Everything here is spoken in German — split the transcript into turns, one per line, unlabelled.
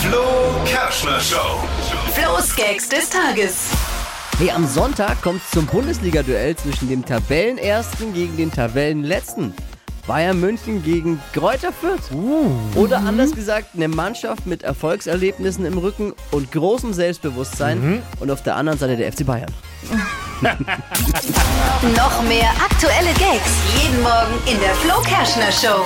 Flo Kerschner Show.
Flo's Gags des Tages.
Hey, am Sonntag kommt es zum Bundesliga-Duell zwischen dem Tabellenersten gegen den Tabellenletzten. Bayern München gegen Kräuter Fürth. Oder anders gesagt, eine Mannschaft mit Erfolgserlebnissen im Rücken und großem Selbstbewusstsein. Und auf der anderen Seite der FC Bayern.
Noch mehr aktuelle Gags jeden Morgen in der Flo Kerschner Show.